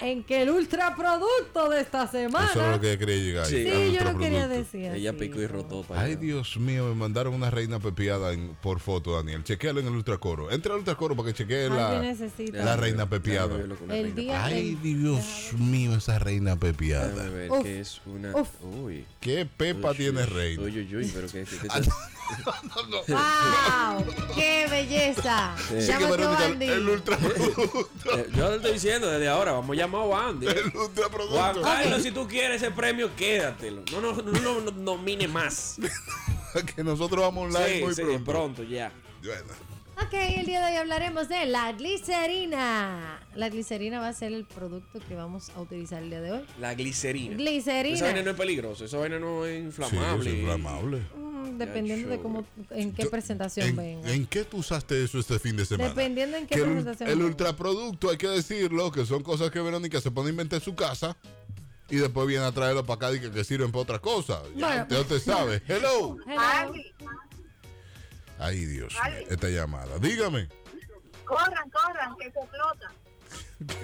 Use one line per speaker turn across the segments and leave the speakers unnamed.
en que el ultraproducto de esta semana.
Eso es lo que quería llegar.
Sí,
al
yo lo
ultraproducto.
quería decir.
Ella
así.
picó y rotó para
Ay,
allá.
Dios mío, me mandaron una reina pepiada en- por foto, Daniel. Chequealo en el ultracoro. Entra al ultracoro para que chequee
Ay, yo
la,
necesito.
Déjame
la
ver,
reina
déjame
pepiada.
verlo con la
El
reina
día-
Ay, Dios mío, esa reina
pepiada. Déjame
pepiada.
ver
Uf,
que es una.
uf.
Uy.
¿Qué pepa
Uy,
tiene
uy,
reina?
Uy, uy, uy, pero que. este, que- que-
Ah, no, no.
¡Wow! ¡Qué belleza!
Sí.
Sí, que
Llámate a
Verónica,
Andy.
el ultraproducto.
Eh, Yo le estoy diciendo desde ahora, vamos a llamar a Wandy.
El
Juan
ultraproducto.
Carlos, si tú quieres ese premio, quédatelo. No nos no, no, no nomine más.
que nosotros vamos online
Sí,
muy
sí,
pronto.
pronto ya.
Bueno,
Ok, el día de hoy hablaremos de la glicerina. La glicerina va a ser el producto que vamos a utilizar el día de hoy.
La glicerina. Esa
Glicerina.
vaina no es peligrosa, esa vaina no es
sí,
inflamable.
es inflamable.
Mm, dependiendo de cómo, en qué
Yo-
presentación
¿en,
venga.
¿En qué tú usaste eso este fin de semana?
Dependiendo en qué
Que el,
presentación
El
venga.
ultraproducto, hay que decirlo, que son cosas que Verónica se pone a inventar en su casa y después viene a traerlo para acá y que, que sirven para otras cosas. Ya,
Bueno.
ya usted sabe. Hello.
Hello.
Andy,
Ay, Dios mío, esta llamada. Dígame.
corran, corran, que se explota.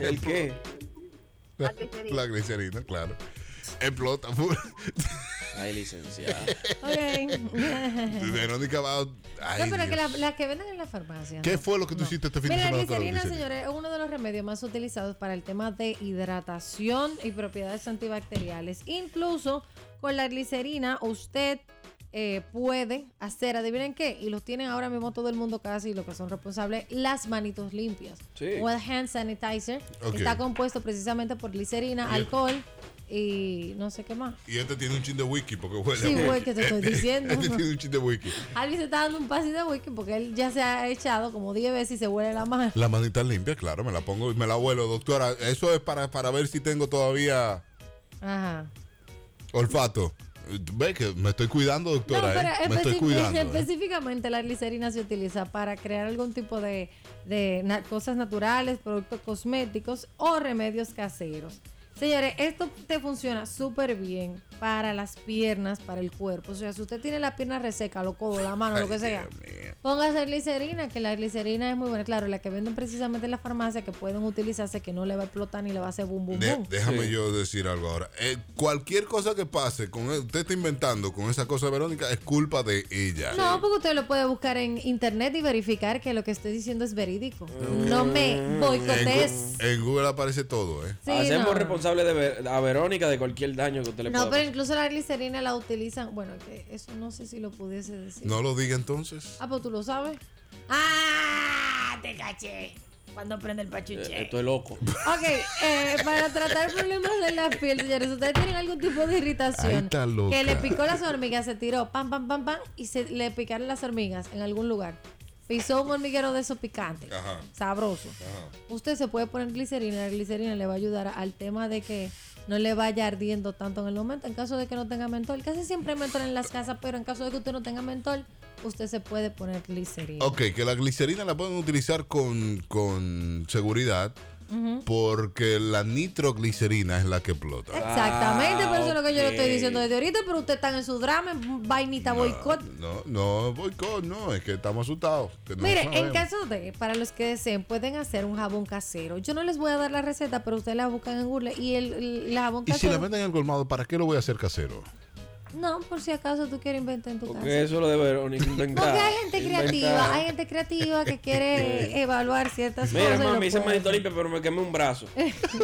¿El qué?
La,
glicerina.
glicerina, claro. Explota. full.
Ay, licenciada.
Ok.
Verónica va. Ay,
no, pero que
Dios.
las las que venden en la farmacia.
¿Qué
no.
fue lo que tú
No.
hiciste este fin de
Mira,
semana
La
para la
glicerina,
glicerina?
señores, es uno de los remedios más utilizados para el tema de hidratación y propiedades antibacteriales. Incluso con la glicerina usted eh, puede hacer, adivinen qué, y los tienen ahora mismo todo el mundo casi, lo que son responsables, las manitos limpias.
Sí.
O el hand sanitizer.
Ok.
Está compuesto precisamente por glicerina,
Y-
alcohol y no sé qué más.
Y este tiene un chin de wiki porque huele
Sí,
a wiki.
güey, que te estoy diciendo.
Este tiene un chin de wiki.
Alvin se está dando un pase de whisky porque él ya se ha echado como 10 veces y se huele la mano.
La manita limpia, claro, me la pongo y me la vuelo, doctora. Eso es para, para ver si tengo todavía
Ajá.
olfato. Eh, Ve que me estoy cuidando, doctora.
no,
eh.
pero
Me estoy
especi-
cuidando. eh.
específicamente la glicerina se utiliza para crear algún tipo de, de na- cosas naturales, productos cosméticos o remedios caseros. Señores, esto te funciona súper bien para las piernas, para el cuerpo. O sea, si usted tiene la pierna reseca, los codos, la mano, lo que
Ay,
sea,
Dios mío.
póngase glicerina, que la glicerina es muy buena. Claro, la que venden precisamente en la farmacia, que pueden utilizarse, que no le va a explotar ni le va a hacer bum bum
De-
bum.
déjame
Sí.
yo decir algo ahora. Eh, cualquier cosa que pase, con e, usted está inventando con esa cosa, Verónica, es culpa de ella.
No, porque usted lo puede buscar en internet y verificar que lo que estoy diciendo es verídico. No
Mm.
me
En,
boicotees.
Gu- en Google aparece todo, ¿eh?
Sí,
Hacemos
no.
responsable de Ver- a Verónica de cualquier daño que usted le
No,
pueda
pero incluso la glicerina la utilizan. Bueno, que eso no sé si lo pudiese decir.
No lo diga entonces.
Ah, pues tú lo sabes.
¡Ah! Te caché. Cuando prende el
pasar.
pachuche.
Eh, Esto es loco.
Ok, eh, para tratar problemas de la piel, señores, ustedes tienen algún tipo de irritación.
Ahí está loca.
Que le picó las hormigas, se tiró, pam, pam, pam, pam, y se le picaron las hormigas en algún lugar. Pisó un hormiguero de esos picantes,
Ajá.
sabroso. Usted se puede poner glicerina, la glicerina le va a ayudar al tema de que no le vaya ardiendo tanto en el momento, en caso de que no tenga mentol. Casi siempre hay mentol en las casas, pero en caso de que usted no tenga mentol, usted se puede poner glicerina.
Ok, que la glicerina la pueden utilizar con, con seguridad porque la nitroglicerina es la que
Eh,
explota.
Exactamente, por eso es lo que yo le estoy
ok.
diciendo desde ahorita, pero usted está en su drama, en vainita boicot.
No, no, boicot, no, es que estamos asustados. que no
Mire, en
sabemos.
caso de, para los que deseen, pueden hacer un jabón casero. Yo no les voy a dar la receta, pero ustedes la buscan en Google y el, el jabón
Y si
casero.
la venden en el colmado, ¿para qué lo voy a hacer casero?
no, por si acaso tú quieres inventar en tu casa.
Porque eso lo de Verónica inventar.
Porque hay gente
Inventar.
creativa, hay gente creativa que quiere evaluar ciertas
Mira,
cosas. y lo
mami, hice
puede
manito
hacer.
limpia, pero me quemé un brazo.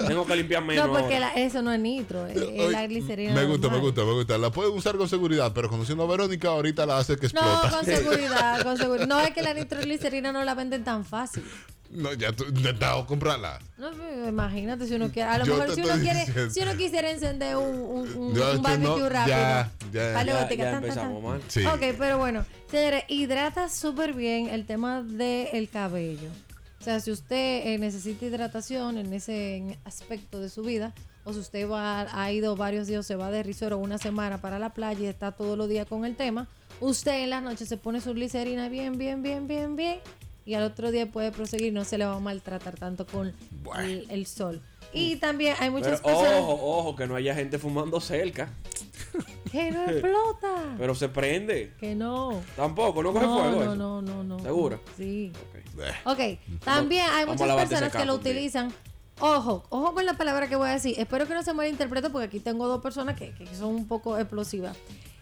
Tengo que limpiar menos.
No, porque
ahora.
la- eso no es nitro, es, es Eh, la
Ay,
glicerina.
Me gusta, me
normal.
gusta, me gusta. La pueden usar con seguridad, pero conociendo a Verónica, ahorita la hace que
No,
explota.
con seguridad, con seguridad. No es que la nitroglicerina no la venden tan fácil.
No, ya tú, intentado comprarla.
No, pero imagínate si uno quiere. A lo
Yo
mejor
te
si uno
estoy
quiere,
diciendo.
si uno quisiera encender un, un, un- un
No, esto
barbecue
no,
rápido.
ya, ya.
Vale,
Ya-
botica,
ya
tan, tan, tan.
empezamos mal.
Sí.
Ok, pero bueno, señores, hidrata súper bien el tema del cabello. O sea, si usted eh, necesita hidratación en ese en aspecto de su vida, o si usted va, ha ido varios días, se va de risoro una semana para la playa y está todos los días con el tema, usted en la noche se pone su glicerina bien, bien, bien, bien, bien, y al otro día puede proseguir, no se le va a maltratar tanto con
Bueno.
el, el sol. Y también hay muchas
Pero
personas
ojo, ojo, que no haya gente fumando cerca.
que no explota,
Pero se prende.
que no.
Tampoco, no coge
No,
fuego.
no,
eso.
no, no, no.
¿Segura?
Sí.
Ok.
Bleh.
Ok, también hay
Vamos
muchas
a lavarte ese
personas que lo
capo, hombre.
utilizan Ojo, ojo con la palabra que voy a decir. Espero que no se malinterprete porque aquí tengo dos personas que, que son un poco explosivas.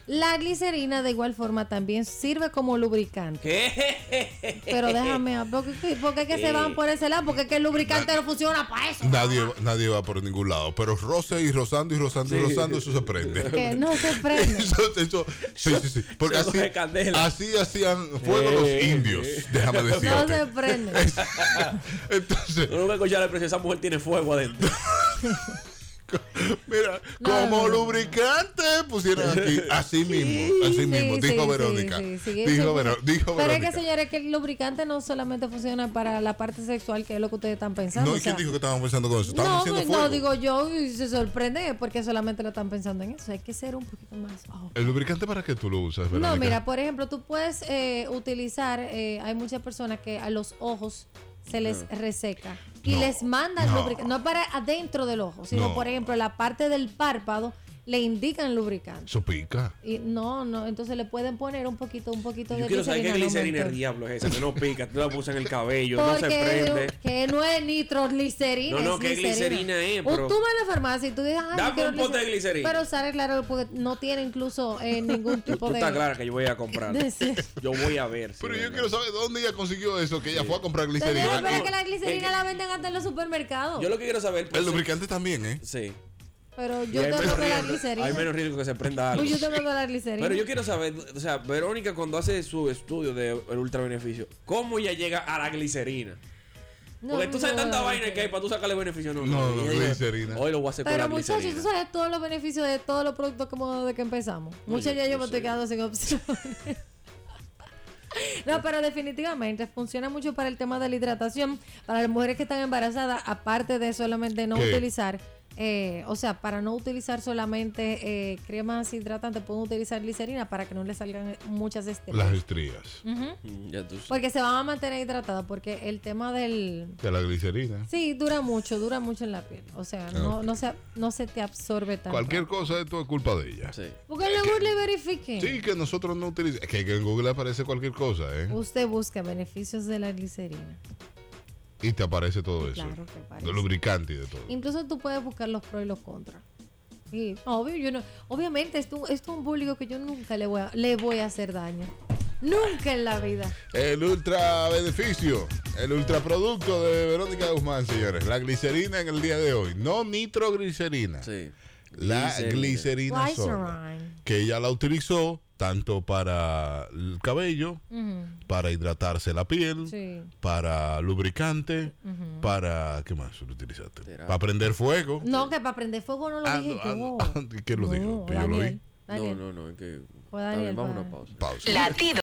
La glicerina de igual forma también sirve como lubricante.
¿Qué?
Pero déjame, hablar, porque, porque es que se van por ese lado, porque es que el lubricante no funciona para eso.
Nadie, nadie va por ningún lado. Pero roce y rozando y rozando y rozando, eso se prende.
Que no se prende.
Eso- eso- sí, sí, sí. Porque
Se
así,
coge candela.
así hacían fuego los
Eh.
indios, déjame
No se
decirte.
prende.
Entonces,
No nunca he escuchado la expresión, esa mujer tiene fuego adentro.
mira,
No,
como
no, no.
lubricante pusieron aquí, así mismo, así mismo,
Sí,
dijo
sí,
Verónica.
sí, sí, sí,
dijo,
eso-
Vero- dijo
Pero es
Verónica.
que, señores, que el lubricante no solamente funciona para la parte sexual, que es lo que ustedes están pensando.
no, ¿y
o sea,
quién dijo que estaban pensando con eso? Estaban
no,
haciendo
pues,
fuego.
no, digo yo, y se sorprende porque solamente lo están pensando en eso. Hay que ser un poquito más. ojo.
¿El lubricante para qué tú lo usas, Verónica?
No, mira, por ejemplo, tú puedes eh, utilizar, eh, hay muchas personas que a los ojos se les reseca y
No,
les mandan
no.
lubricante, no para adentro del ojo, sino
No.
por ejemplo la parte del párpado le indican lubricante.
Eso pica.
Y no, no, entonces le pueden poner un poquito, un poquito
Yo
de
quiero saber qué
al
glicerina el
momento.
diablo es esa, que no pica, tú la usas en el cabello, no se
Porque
prende.
que no es nitroglicerina.
No, no,
es
que glicerina es, pero-
O tú vas a la farmacia y tú dices, ay,
Dame
yo quiero
un pote de glicerina.
Pero sale claro porque no tiene incluso eh, ningún tipo
Tú
de.
estás clara que yo voy a comprar.
de- sí.
Yo voy a ver. si
Pero
es
yo
verdad.
quiero saber dónde ella consiguió eso, que ella fue a comprar
Señores,
glicerina.
pero es
no.
que la glicerina
Es que-
la venden hasta en los supermercados.
eh, Yo lo que quiero saber. pues,
El lubricante también, ¿eh?
Sí.
Pero
Y
yo
hay
tengo
menos
que la
riesgo-
glicerina.
Hay menos riesgo que se prenda algo.
Uy, yo tengo que la glicerina.
Pero yo quiero saber, o sea, Verónica cuando hace su estudio del ultra beneficio, ¿cómo ella llega a la glicerina?
No,
Porque tú sabes
no,
tanta
no,
vaina
no.
que hay para tú sacarle beneficio. No,
No,
Ella
no,
dice,
glicerina.
Hoy lo voy a hacer con la
Pero muchachos,
glicerina.
tú sabes todos los beneficios de todos los productos como de que empezamos. Muchas
yo-
ya yo
yo
me estoy
sé.
quedando sin opciones. No, pero definitivamente funciona mucho para el tema de la hidratación, para las mujeres que están embarazadas, aparte de solamente no
¿Qué?
utilizar, eh, o sea, para no utilizar solamente eh, cremas hidratantes, pueden utilizar glicerina para que no le salgan muchas
Las
estrellas.
estrías
Ujú.
Mm, Ya tú sabes.
Porque se van a mantener hidratadas, porque el tema del,
de la glicerina.
Sí, dura mucho, dura mucho en la piel. O sea, no, no, se, no se te absorbe tanto.
Ah, Cualquier cosa, esto es culpa de ella.
Sí.
Búsquenlo en Google y verifiquen.
Sí, que nosotros no utilizamos. Es que en Google aparece cualquier cosa, ¿eh?
Usted busca beneficios de la glicerina.
Y te aparece todo eso.
Claro que aparece.
De lubricante y de todo.
Incluso tú puedes buscar los pros y los contras. Y obvio, yo no, obviamente, esto, esto es un público que yo nunca le voy, a, le voy a hacer daño. Nunca en la vida.
El ultra beneficio, el ultra producto de Verónica Guzmán, señores. La glicerina en el día de hoy. No nitroglicerina.
Sí.
La glicerina sola.
Glycerin.
Que ella la utilizó tanto para el cabello,
Ujú,
para hidratarse la piel,
Sí.
para lubricante, para... ¿Qué más lo utilizaste?
Terapia.
Para prender fuego.
No, que para prender fuego no lo
Ah,
dije
no, ah,
yo.
no, ah, ¿quién lo dijo?
No,
Yo lo vi.
Daniel,
No,
Daniel.
no, no, es que.
Pues
Está
Daniel,
bien,
pues.
vamos a
va.
una pausa.
Pausa.
Latido